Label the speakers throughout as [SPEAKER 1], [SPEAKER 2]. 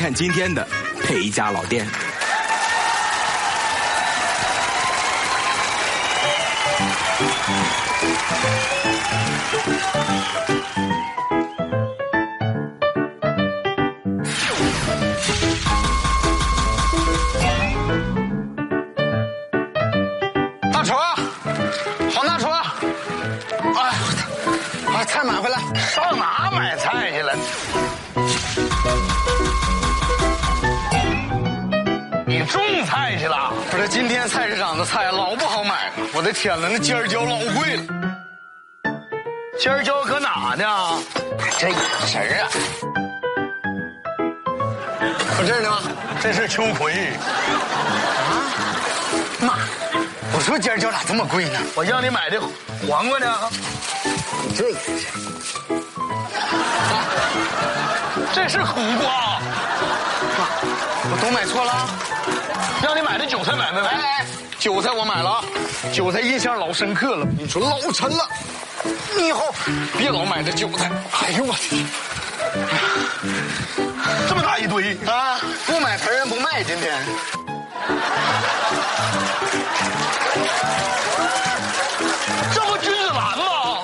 [SPEAKER 1] 看今天的陪家老店。
[SPEAKER 2] 大厨，黄大厨，哎，把哎菜买回来。上哪买菜去了？你种菜去了？不是，今天菜市场的菜老不好买，我的天了，那尖椒老贵了。尖椒搁哪呢？这神儿啊！搁这儿呢吗？这是秋葵。啊妈，我说今儿椒咋这么贵呢？我让你买的黄瓜呢？你这也是，这是苦瓜。妈，我都买错了啊。让你买的韭菜买没买？哎，韭菜我买了啊，韭菜印象老深刻了。你说老沉了，你以后别老买这韭菜。哎呦我天！这么大一堆啊！不买盆人不卖，今天。这不君子兰吗？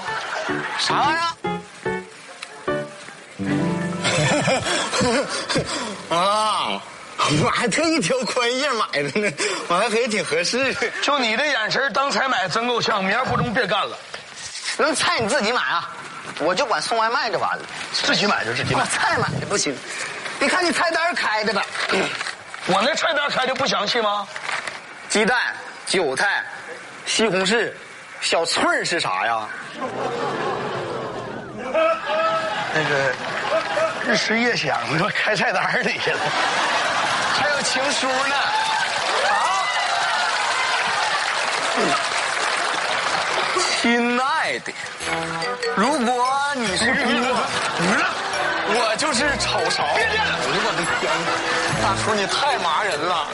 [SPEAKER 2] 啥玩意儿？啊！我还特意挑宽叶买的呢，我还觉挺合适。就你这眼神，当才买真够呛，明儿不中别干了。
[SPEAKER 3] 那菜你自己买啊，我就管送外卖就完了。
[SPEAKER 2] 自己买就自己
[SPEAKER 3] 把
[SPEAKER 2] 买，
[SPEAKER 3] 菜买的不行，你看你菜单开的吧，
[SPEAKER 2] 我那菜单开的不详细吗？
[SPEAKER 3] 鸡蛋、韭菜、西红柿、小翠儿是啥呀？
[SPEAKER 2] 那个日思夜想，你说开菜单里去了，还有情书呢。啊！
[SPEAKER 3] 啊亲爱的，如果你是
[SPEAKER 2] 别别别！
[SPEAKER 3] 我就是炒勺。
[SPEAKER 2] 别别了！
[SPEAKER 3] 我的天哪，大叔你太麻人了！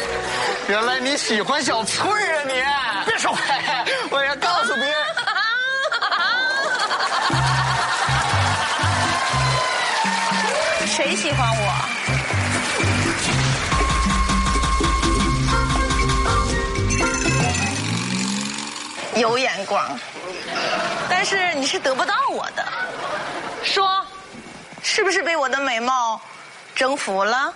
[SPEAKER 3] 原来你喜欢小翠儿啊你！
[SPEAKER 2] 别说
[SPEAKER 3] 话， 我要告诉别人。
[SPEAKER 4] 谁喜欢我？有眼光，但是你是得不到我的。说，是不是被我的美貌征服了？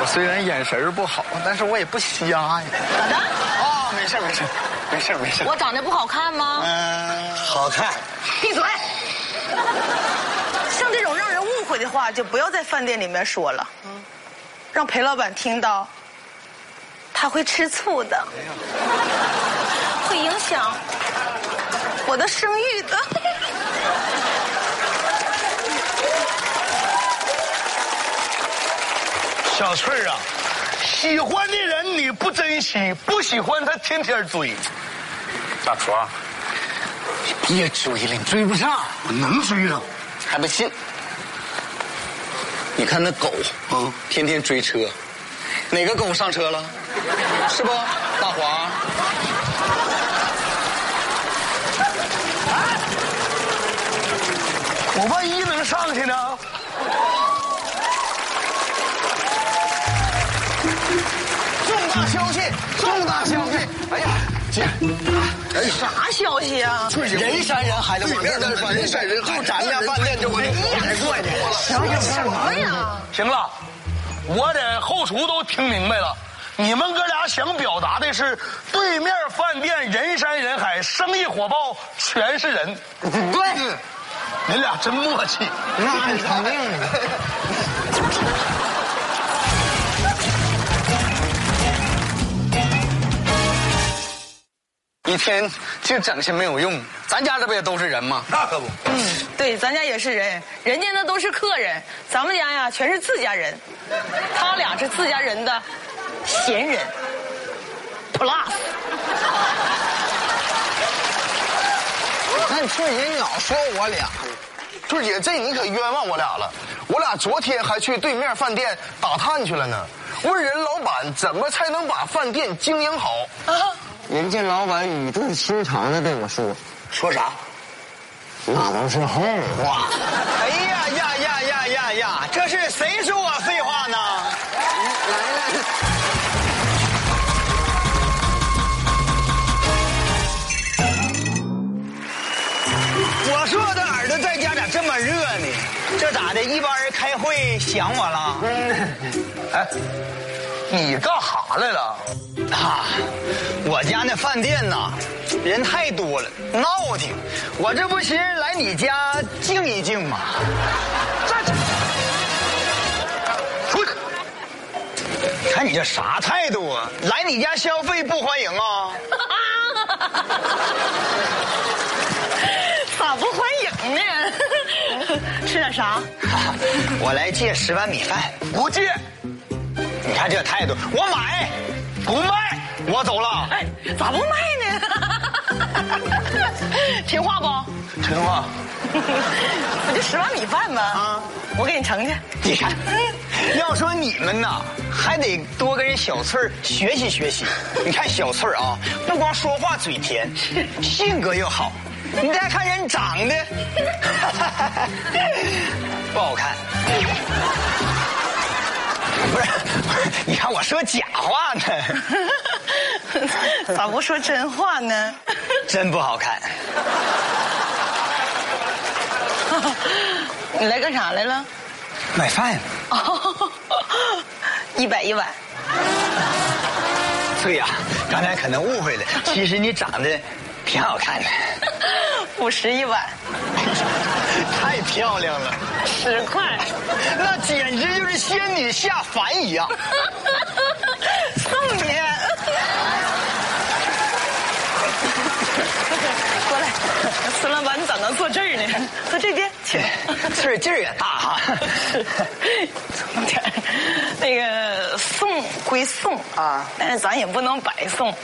[SPEAKER 2] 我虽然眼神不好，但是我也不瞎呀。
[SPEAKER 4] 咋的？
[SPEAKER 2] 啊，没事没事，没事没事。
[SPEAKER 4] 我长得不好看吗？
[SPEAKER 2] 嗯，好看。
[SPEAKER 4] 闭嘴！像这种让人误会的话，就不要在饭店里面说了，让裴老板听到，他会吃醋的， 会影响我的声誉的。
[SPEAKER 2] 小翠儿啊，喜欢的人你不珍惜，不喜欢他天天追。大厨，
[SPEAKER 3] 啊别追了，你追不上，
[SPEAKER 2] 我能追上。
[SPEAKER 3] 还不信？你看那狗，嗯，天天追车，哪个狗上车了？是不，大黄？
[SPEAKER 2] 我万一能上去呢？
[SPEAKER 3] 重大消息！重大消息！哎呀，姐，
[SPEAKER 4] 啥消息啊？
[SPEAKER 3] 人山人海的，对面的人山人海，就哎咱家饭店就我得过去。
[SPEAKER 4] 什么呀？
[SPEAKER 2] 行了，我在后厨都听明白了。你们哥俩想表达的是，对面饭店人山人海，生意火爆，全是人。
[SPEAKER 3] 对，
[SPEAKER 2] 你俩真默契。
[SPEAKER 3] 那你肯定的。一天净整些没有用，咱家这不也都是人吗？
[SPEAKER 2] 那可不，
[SPEAKER 4] 对，咱家也是人，人家那都是客人，咱们家呀全是自家人，他俩是自家人的闲人，plus。
[SPEAKER 2] 哎
[SPEAKER 3] 那春姐，你老说我俩，
[SPEAKER 2] 春姐，这你可冤枉我俩了。我俩昨天还去对面饭店打探去了呢，问人老板怎么才能把饭店经营好。
[SPEAKER 5] 人家老板语重心长的对我说
[SPEAKER 3] 说啥？：“
[SPEAKER 5] 那都是后话。
[SPEAKER 3] 哎呀呀呀呀呀呀！这是谁说我废话呢？
[SPEAKER 2] 慢热呢，这咋的？一帮人开会想我了？
[SPEAKER 1] 哎，你干哈来了？
[SPEAKER 2] 啊，我家那饭店呐，人太多了，闹挺。我这不寻思来你家静一静吗？
[SPEAKER 1] 这这，出去！
[SPEAKER 2] 看你这啥态度啊？来你家消费不欢迎啊？
[SPEAKER 4] 咋不欢迎呢？ 吃点啥？
[SPEAKER 2] 啊我来借十碗米饭，
[SPEAKER 1] 不借，
[SPEAKER 2] 你看这态度，我买，
[SPEAKER 1] 不卖。
[SPEAKER 2] 我走了。
[SPEAKER 4] 哎，咋不卖呢？ 听话不？
[SPEAKER 2] 陈啊话，
[SPEAKER 4] 我就十碗米饭吧。
[SPEAKER 2] 啊，
[SPEAKER 4] 我给你盛去。
[SPEAKER 2] 你看， 要说你们呐，还得多跟人小翠儿学习学习。你看小翠儿啊，不光说话嘴甜，性格又好。你再看人长得， 不好看。不是，你看我说假话呢，
[SPEAKER 4] 咋不说真话呢？
[SPEAKER 2] 真不好看。
[SPEAKER 4] 你来干啥来了？
[SPEAKER 2] 买饭，
[SPEAKER 4] 哦，一百一碗。
[SPEAKER 2] 翠呀、刚才可能误会了，其实你长得挺好看的，
[SPEAKER 4] 五十一碗，
[SPEAKER 2] 太漂亮了。
[SPEAKER 4] 十块，
[SPEAKER 2] 那简直就是仙女下凡一样。
[SPEAKER 4] 送你。啊 过来，孙老板，你咋能坐这儿呢？坐这边，请。
[SPEAKER 2] 岁儿劲儿也大哈。
[SPEAKER 4] 送点儿啊 那个送归送
[SPEAKER 2] 啊，
[SPEAKER 4] 但是咱也不能白送。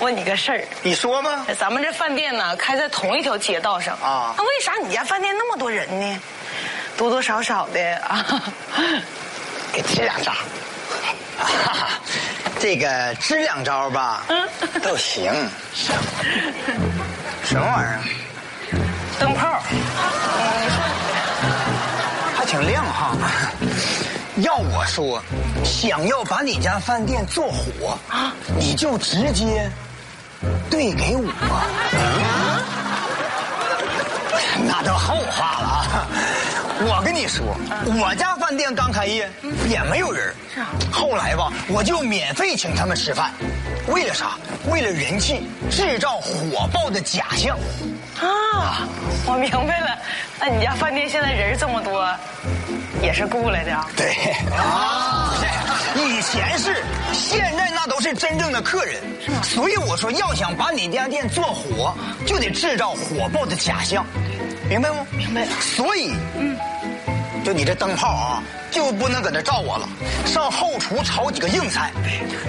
[SPEAKER 4] 问你个事儿，
[SPEAKER 2] 你说吧，
[SPEAKER 4] 咱们这饭店呢开在同一条街道上
[SPEAKER 2] 啊
[SPEAKER 4] 那为啥你家饭店那么多人呢？多多少少的啊，
[SPEAKER 2] 给支两招。 这个支两招吧，都 行。什么玩意儿？
[SPEAKER 4] 灯泡。
[SPEAKER 2] 还挺亮哈。要我说，想要把你家饭店做火，你就直接兑给我。那都后话了啊！我跟你说，我家饭店刚开业也没有人，后来吧，我就免费请他们吃饭，为了啥？为了人气，制造火爆的假象。
[SPEAKER 4] 啊，我明白了。那你家饭店现在人这么多，也是雇来的啊？
[SPEAKER 2] 对 啊，以前是，现在那都是真正的客人。所以我说，要想把你家店做火，就得制造火爆的假象，明白吗？明白。所以，嗯，就你这灯泡啊，就不能搁那照我了，上后厨炒几个硬菜，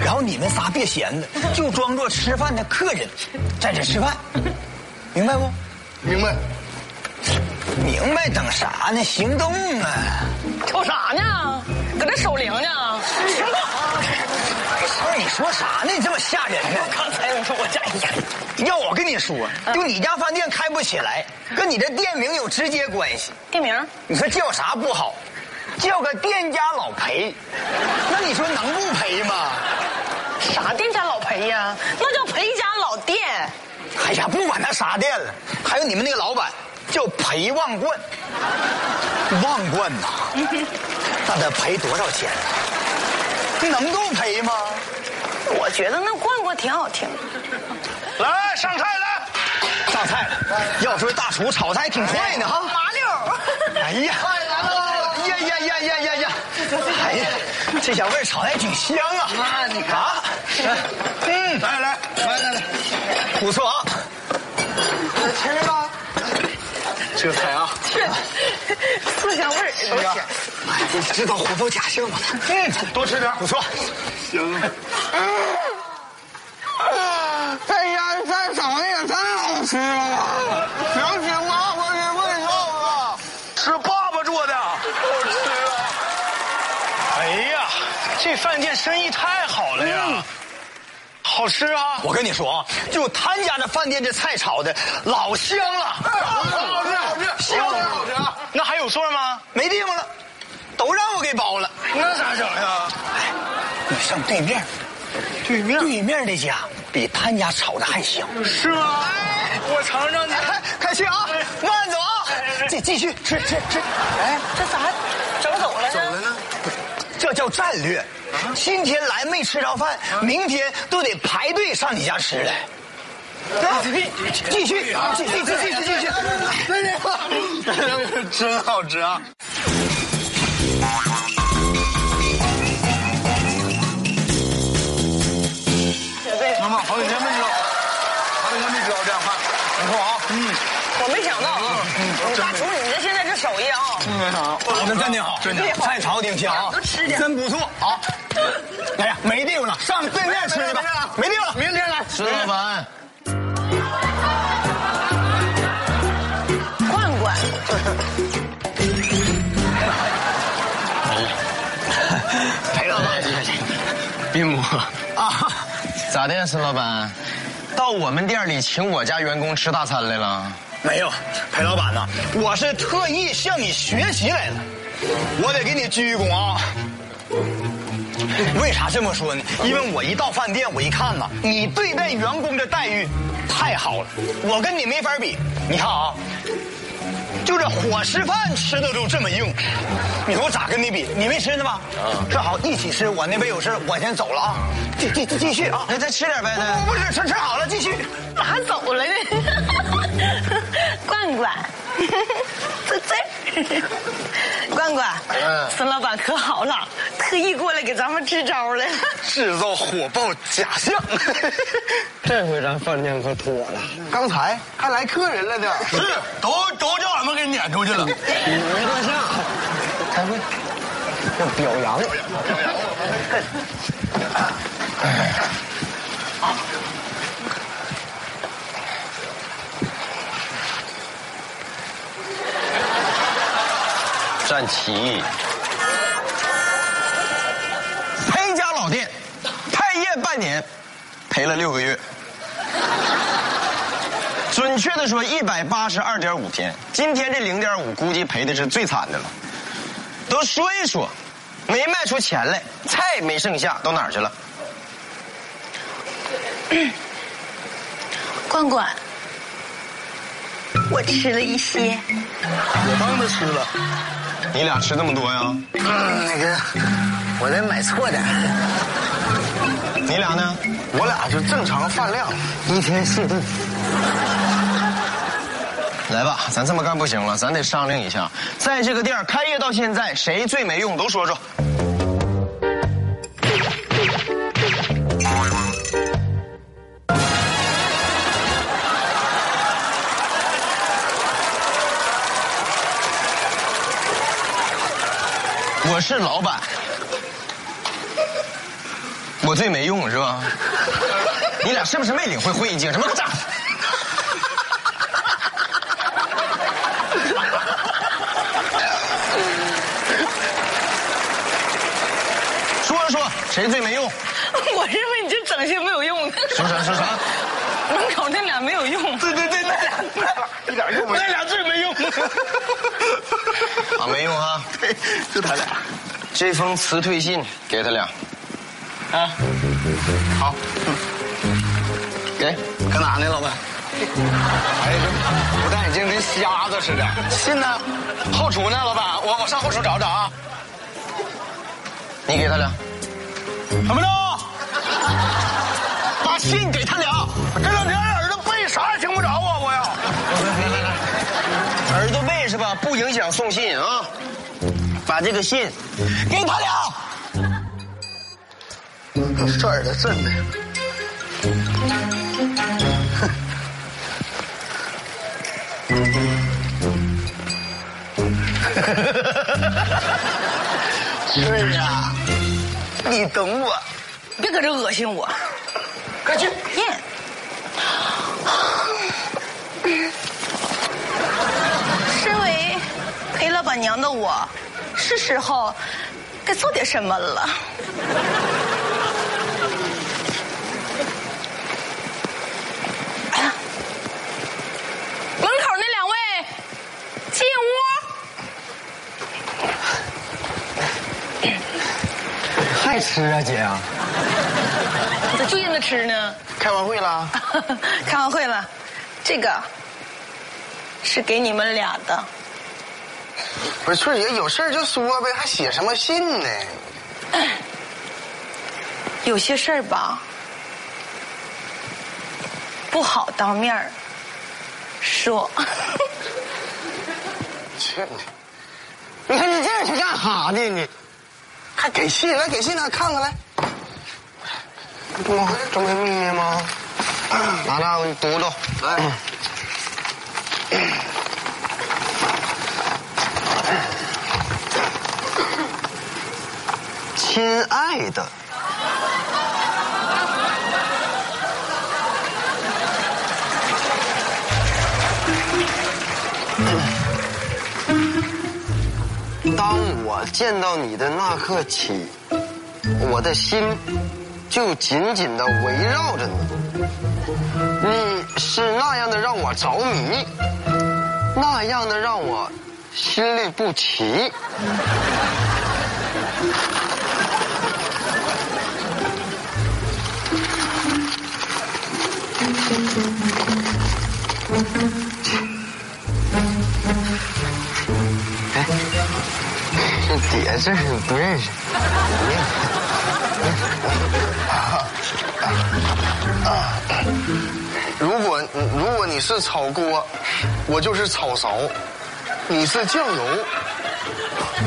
[SPEAKER 2] 然后你们仨别闲着，就装作吃饭的客人，在这吃饭，明白不？
[SPEAKER 1] 明白。
[SPEAKER 2] 明白等啥呢？行动啊！
[SPEAKER 4] 瞅啥呢？搁那守灵呢？
[SPEAKER 2] 不是你说啥呢？你这么吓人呢？
[SPEAKER 4] 刚才我说我家一样。
[SPEAKER 2] 要我跟你说，
[SPEAKER 1] 嗯
[SPEAKER 2] 就你家饭店开不起来，跟你这店名有直接关系。
[SPEAKER 4] 店名？
[SPEAKER 2] 你说叫啥不好？叫个店家老赔，那你说能不赔吗？
[SPEAKER 4] 啥店家老裴呀、那叫裴家老店。
[SPEAKER 2] 哎呀，不管他啥店了，还有你们那个老板叫裴万贯，万贯呐，那得赔多少钱啊？能够赔吗？
[SPEAKER 4] 我觉得那罐罐挺好听的。
[SPEAKER 1] 来，上菜来。
[SPEAKER 2] 上菜了，要说大厨炒菜还挺快呢哈。
[SPEAKER 4] 麻溜，
[SPEAKER 2] 哎呀， 快来了！哎呀呀呀呀呀呀！哎呀，这小味儿炒的还挺香啊！那你看，嗯，
[SPEAKER 1] 来来来来来，
[SPEAKER 2] 不错啊。
[SPEAKER 1] 吃吧。这菜啊，
[SPEAKER 4] 四香味儿。
[SPEAKER 2] 这个，哎，你知道火爆假象吗？嗯，
[SPEAKER 1] 多吃点。
[SPEAKER 2] 不错。
[SPEAKER 5] 这鸭蛋炒的也太好吃了吧！能吃吗？我也会做了。
[SPEAKER 1] 是爸爸做的，好吃啊！ 哎呀，这饭店生意太好了呀，好吃啊！
[SPEAKER 2] 嗯我跟你说啊，就他家这饭店这菜炒的老香
[SPEAKER 1] 哎
[SPEAKER 2] 了，
[SPEAKER 1] 香啊！那还有座吗？
[SPEAKER 2] 没地方了，都让我给包了。
[SPEAKER 1] 那咋整呀？
[SPEAKER 2] 哎你上对面，啊对面对面这家比他家炒的还香。
[SPEAKER 1] 是吗？我尝尝去。
[SPEAKER 2] 哎，快去啊，慢走啊！
[SPEAKER 6] 继继续吃吃吃，哎，
[SPEAKER 4] 这咋整走了呢？
[SPEAKER 2] 呢？
[SPEAKER 6] 这叫战略。今天来没吃着饭，明天都得排队上你家吃来。啊继续，继续，继续，继续，继续。
[SPEAKER 2] 真好吃啊！妈妈，好几天没吃到，好几天没吃到这样饭，不错啊。嗯，
[SPEAKER 4] 我没想到啊，大厨你这现在这手艺啊，
[SPEAKER 6] 我们真的好，真
[SPEAKER 4] 的好
[SPEAKER 6] 菜炒挺香啊，
[SPEAKER 4] 都吃点
[SPEAKER 6] 真不错啊。哎呀，没地方了，上对面吃去吧，
[SPEAKER 1] 啊
[SPEAKER 6] 没地方了，明天来。
[SPEAKER 2] 石老板，
[SPEAKER 4] 罐罐，
[SPEAKER 6] 裴老板，
[SPEAKER 5] 宾母
[SPEAKER 6] 啊，
[SPEAKER 5] 咋的呀，孙老板？到我们店里请我家员工吃大餐来了？
[SPEAKER 6] 没有，裴老板呐，我是特意向你学习来的，我得给你鞠一躬啊。为啥这么说呢？因为我一到饭店，我一看呐，你对待员工的待遇太好了，我跟你没法比。你看啊，就这伙食饭吃的都这么硬，你说我咋跟你比？你没吃呢吧？正好一起吃，我那边有事，我先走了啊。继继继续啊！
[SPEAKER 5] 那再吃点呗，
[SPEAKER 6] 不不是，吃吃好了，继续。
[SPEAKER 4] 哪走了呢？ 罐 罐，这这，罐罐，孙老板可好了，特意过来给咱们支招了。
[SPEAKER 2] 制造火爆假象。
[SPEAKER 5] 这回咱饭店可妥了。
[SPEAKER 2] 刚才还来客人了呢，是，都都叫俺们给撵出去了。
[SPEAKER 5] 开会要表扬。站起！裴家老店开业半年，赔了六个月。准确的说，一百八十二点五天。今天这零点五，估计赔的是最惨的了。都说一说，没卖出钱来，菜没剩下，都哪儿 去了？
[SPEAKER 4] 罐罐，我吃了一些，
[SPEAKER 2] 我帮他吃了。
[SPEAKER 5] 你俩吃这么多呀？
[SPEAKER 2] 那个，哎我得买错点。
[SPEAKER 5] 你俩呢？
[SPEAKER 2] 我俩是正常饭量，一天四顿。
[SPEAKER 5] 来吧，咱这么干不行了，咱得商量一下，在这个店儿开业到现在，谁最没用都说说。我是老板，我最没用是吧？你俩是不是没领会会议精神？什么个说说谁最没用？
[SPEAKER 4] 我认为你这整些没有用的。
[SPEAKER 5] 说啥说啥？
[SPEAKER 4] 门口那俩没有用。对对对，那俩
[SPEAKER 2] 一点用没有。
[SPEAKER 4] 那俩最没用。
[SPEAKER 5] 啊，没用啊！
[SPEAKER 2] 就他俩。
[SPEAKER 5] 这封辞退信给他俩。啊，
[SPEAKER 2] 啊
[SPEAKER 5] 好，给。
[SPEAKER 2] 干哪呢，老板？哎呀，我戴眼镜跟瞎子似的。信呢？后厨呢，老板？我我上后厨找找啊。
[SPEAKER 5] 你给他俩，
[SPEAKER 2] 怎么着？把信给他俩。这两天耳朵背啥也听不着啊！我呀，
[SPEAKER 5] 耳朵背是吧？不影响送信啊。把这个信给他俩。
[SPEAKER 2] 这耳朵震的。
[SPEAKER 6] 是啊，你懂我。
[SPEAKER 4] 别搁这恶心我。
[SPEAKER 6] 快去。
[SPEAKER 4] 耶！身为裴老板娘的我，是时候该做点什么了。门口那两位，进屋。
[SPEAKER 5] 还吃啊，姐啊？
[SPEAKER 4] 咋就应着吃呢？
[SPEAKER 2] 啊
[SPEAKER 4] 开完会了，开完会了，这个是给你们俩的。
[SPEAKER 2] 不是翠姐，有事儿就说呗，还写什么信呢？
[SPEAKER 4] 有些事儿吧，不好当面儿说。
[SPEAKER 2] 切你！你看你这是干哈呢？你还给信？来给信呢，看看来。怎么这么密呢 吗？
[SPEAKER 5] 拿那我给你读读。
[SPEAKER 2] 来，
[SPEAKER 5] 亲爱的，当我见到你的那刻起，我的心就紧紧的围绕着你。你是那样的让我着迷，那样的让我心律不齐。这底下字儿不认识。
[SPEAKER 2] 如果如果你是炒锅，我就是炒勺；你是酱油，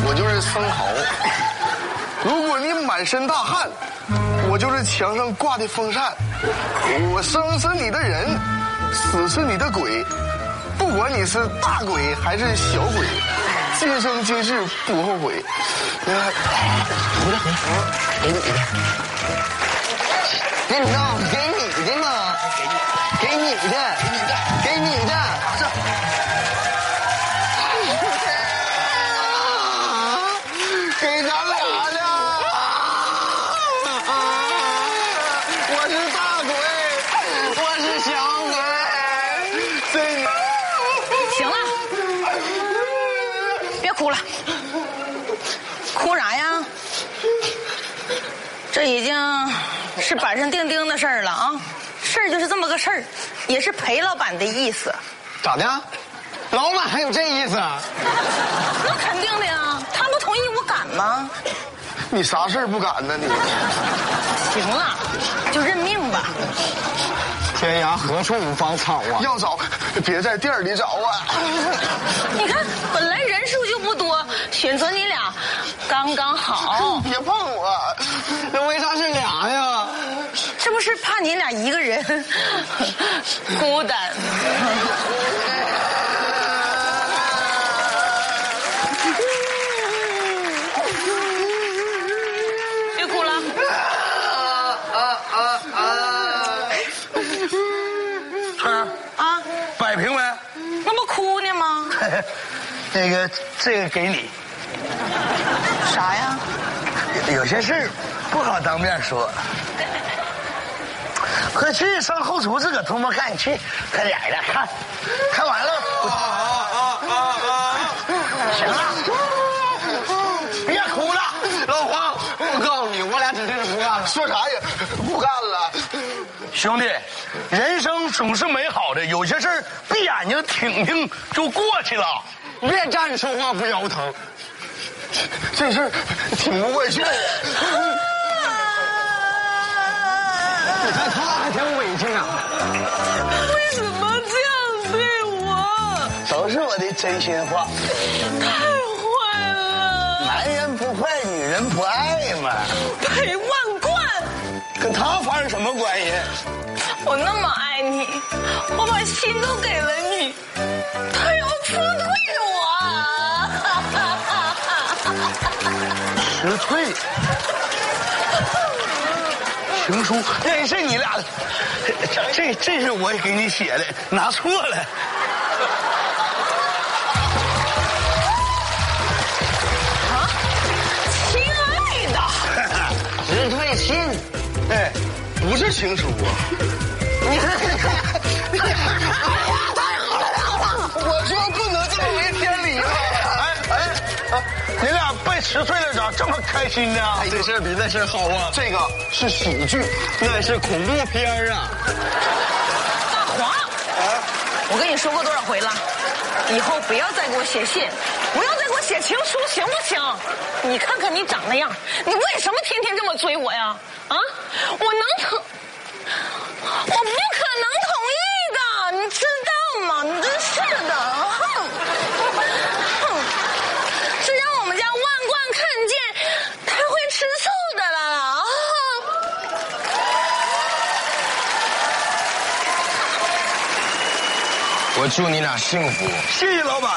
[SPEAKER 2] 我就是生蚝；如果你满身大汗，我就是墙上挂的风扇。我生是你的人，死是你的鬼。不管你是大鬼还是小鬼，今生今世不后悔。
[SPEAKER 5] 那你闹，给你的嘛，给你的，给你的，
[SPEAKER 2] 给咱俩的，我是大鬼，我是小鬼，这你
[SPEAKER 4] 行了，别哭了，哭啥呀？这已经是板上钉钉的事儿了啊！事儿就是这么个事儿，也是裴老板的意思，
[SPEAKER 2] 咋的？老板还有这意思？啊
[SPEAKER 4] 那肯定的呀。他不同意我敢吗？
[SPEAKER 2] 你啥事儿不敢呢？你
[SPEAKER 4] 行了，就认命吧。
[SPEAKER 2] 天涯何处无芳草啊！要找别在店里找啊！
[SPEAKER 4] 你看，本来人数就不多，选择你俩刚刚好，
[SPEAKER 2] 别碰我，那为啥是俩呀？
[SPEAKER 4] 这不是怕你俩一个人 孤单。别哭了，
[SPEAKER 7] 春儿
[SPEAKER 4] 啊，
[SPEAKER 7] 摆平没？
[SPEAKER 4] 那不哭呢吗？
[SPEAKER 6] 那个，这个给你。
[SPEAKER 4] 啥呀？
[SPEAKER 6] 有有些事儿不好当面说。快去上后厨自个偷摸看，去，快点儿的看，看完了。行了，别哭了，
[SPEAKER 2] 老黄，我告诉你，我俩指定是不干了。说啥呀？不干了。
[SPEAKER 7] 兄弟，人生总是美好的，有些事儿闭眼睛挺挺就过去了。
[SPEAKER 2] 别站着说话不腰疼，这事儿挺不过去。你看他还挺委屈呢，
[SPEAKER 4] 为什么这样对我？
[SPEAKER 6] 都是我的真心话。
[SPEAKER 4] 太坏了！
[SPEAKER 6] 男人不坏，女人不爱嘛，
[SPEAKER 4] 裴万贯，
[SPEAKER 6] 跟他发生什么关系？
[SPEAKER 4] 我那么爱你，我把心都给了你，他要出轨啊我！
[SPEAKER 7] 石翠，情书，
[SPEAKER 6] 这哎是你俩的，这这是我给你写的，拿错了。
[SPEAKER 4] 亲爱的，
[SPEAKER 2] 直退信，哎，不是情书啊。 我说不能这么没天理啊吧？
[SPEAKER 7] 哎哎，啊你俩被石翠了，咋这么开心呢？
[SPEAKER 2] 哎这事儿比那事儿好啊！这个是喜剧，那是恐怖片儿啊！
[SPEAKER 4] 啊大黄，我跟你说过多少回了，以后不要再给我写信，不要再给我写情书，行不行？你看看你长那样，你为什么天天这么追我呀？啊，我能同，我不可能同意的，你知道吗？你真是的，哼，哼，这让我们家万贯看见，他会吃醋的了啦。啊
[SPEAKER 6] 我祝你俩幸福，
[SPEAKER 2] 谢谢老板。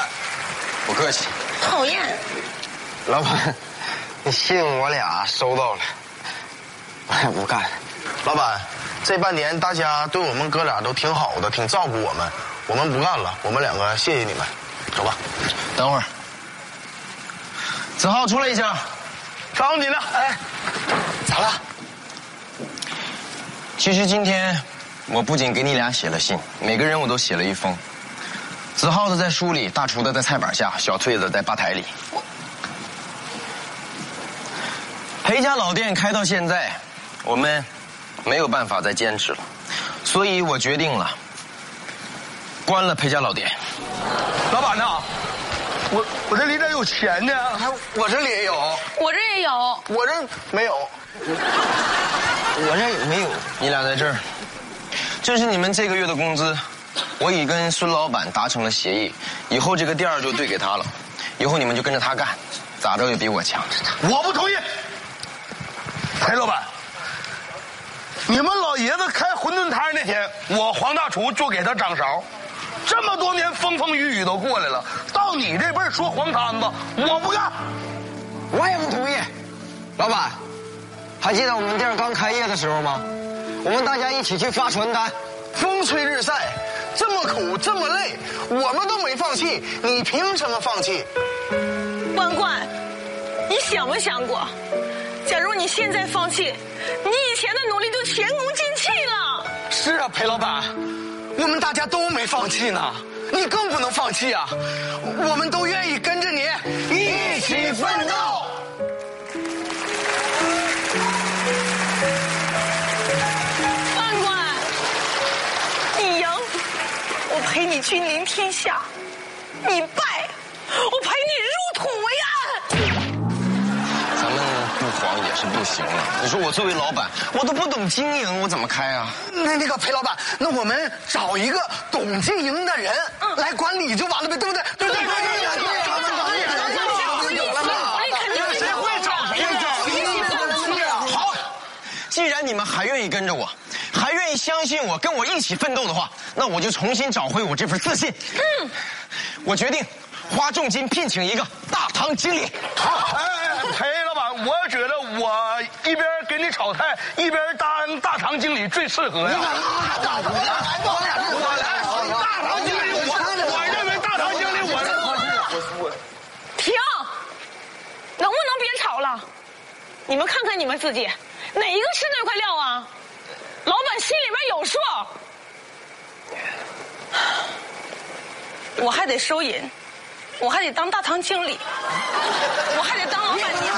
[SPEAKER 6] 不客气。
[SPEAKER 4] 讨厌，
[SPEAKER 6] 老板，你信我俩收到了，我
[SPEAKER 8] 哎
[SPEAKER 6] 也不干。
[SPEAKER 8] 老板，这半年大家对我们哥俩都挺好的，挺照顾我们，我们不干了，我们两个谢谢你们，走吧。
[SPEAKER 5] 等会儿，子浩出来一下，
[SPEAKER 8] 找你呢，哎，
[SPEAKER 5] 咋了？
[SPEAKER 6] 其实今天我不仅给你俩写了信，每个人我都写了一封。子浩的在书里，大厨的在菜板下，小翠子在吧台里。裴家老店开到现在，我们没有办法再坚持了，所以我决定了，关了裴家老店。
[SPEAKER 2] 老板呐，我我这里边有钱呢，还
[SPEAKER 8] 我这里也有，
[SPEAKER 4] 我这也有。
[SPEAKER 8] 我这没有。
[SPEAKER 6] 我这也没有，你俩在这儿，这是你们这个月的工资。我已跟孙老板达成了协议，以后这个店儿就兑给他了，以后你们就跟着他干，咋着也比我强。
[SPEAKER 2] 我不同意。裴哎老板，你们老爷子开馄饨摊那天，我黄大厨就给他掌勺。这么多年风风雨雨都过来了，到你这辈儿说黄摊子，我不干。
[SPEAKER 6] 我也不同意。
[SPEAKER 5] 老板，
[SPEAKER 6] 还记得我们店儿刚开业的时候吗？我们大家一起去发传单，
[SPEAKER 8] 风吹日晒，这么苦这么累，我们都没放弃，你凭什么放弃？
[SPEAKER 4] 万贯，你想没想过，假如你现在放弃，你以前的努力就前功尽弃了。
[SPEAKER 2] 是啊，裴老板，我们大家都没放弃呢，你更不能放弃啊！我们都愿意跟着你一起奋斗。
[SPEAKER 4] 万贯，你赢，我陪你君临天下；你败，我陪你入土为安。
[SPEAKER 6] 咱们不黄也是不行了。你说我作为老板，我都不懂经营，我怎么开啊？
[SPEAKER 2] 那那个裴老板，那我们找一个懂经营的人来管理就完了呗，对不对？对对对对对。
[SPEAKER 6] 好，既然你们还愿意跟着我，还愿意相信我，跟我一起奋斗的话，那我就重新找回我这份自信。嗯，我决定花重金聘请一个大堂经理。
[SPEAKER 2] 好，哎哎哎裴老板，我觉得我一边给你炒菜，一边当大堂经理最适合呀。我来，大堂经理，我我认为大堂经理我
[SPEAKER 4] 停！能不能别吵了？你们看看你们自己，哪一个吃那块料啊？老板心里边有数。我还得收银，我还得当大堂经理，我还得当老板娘。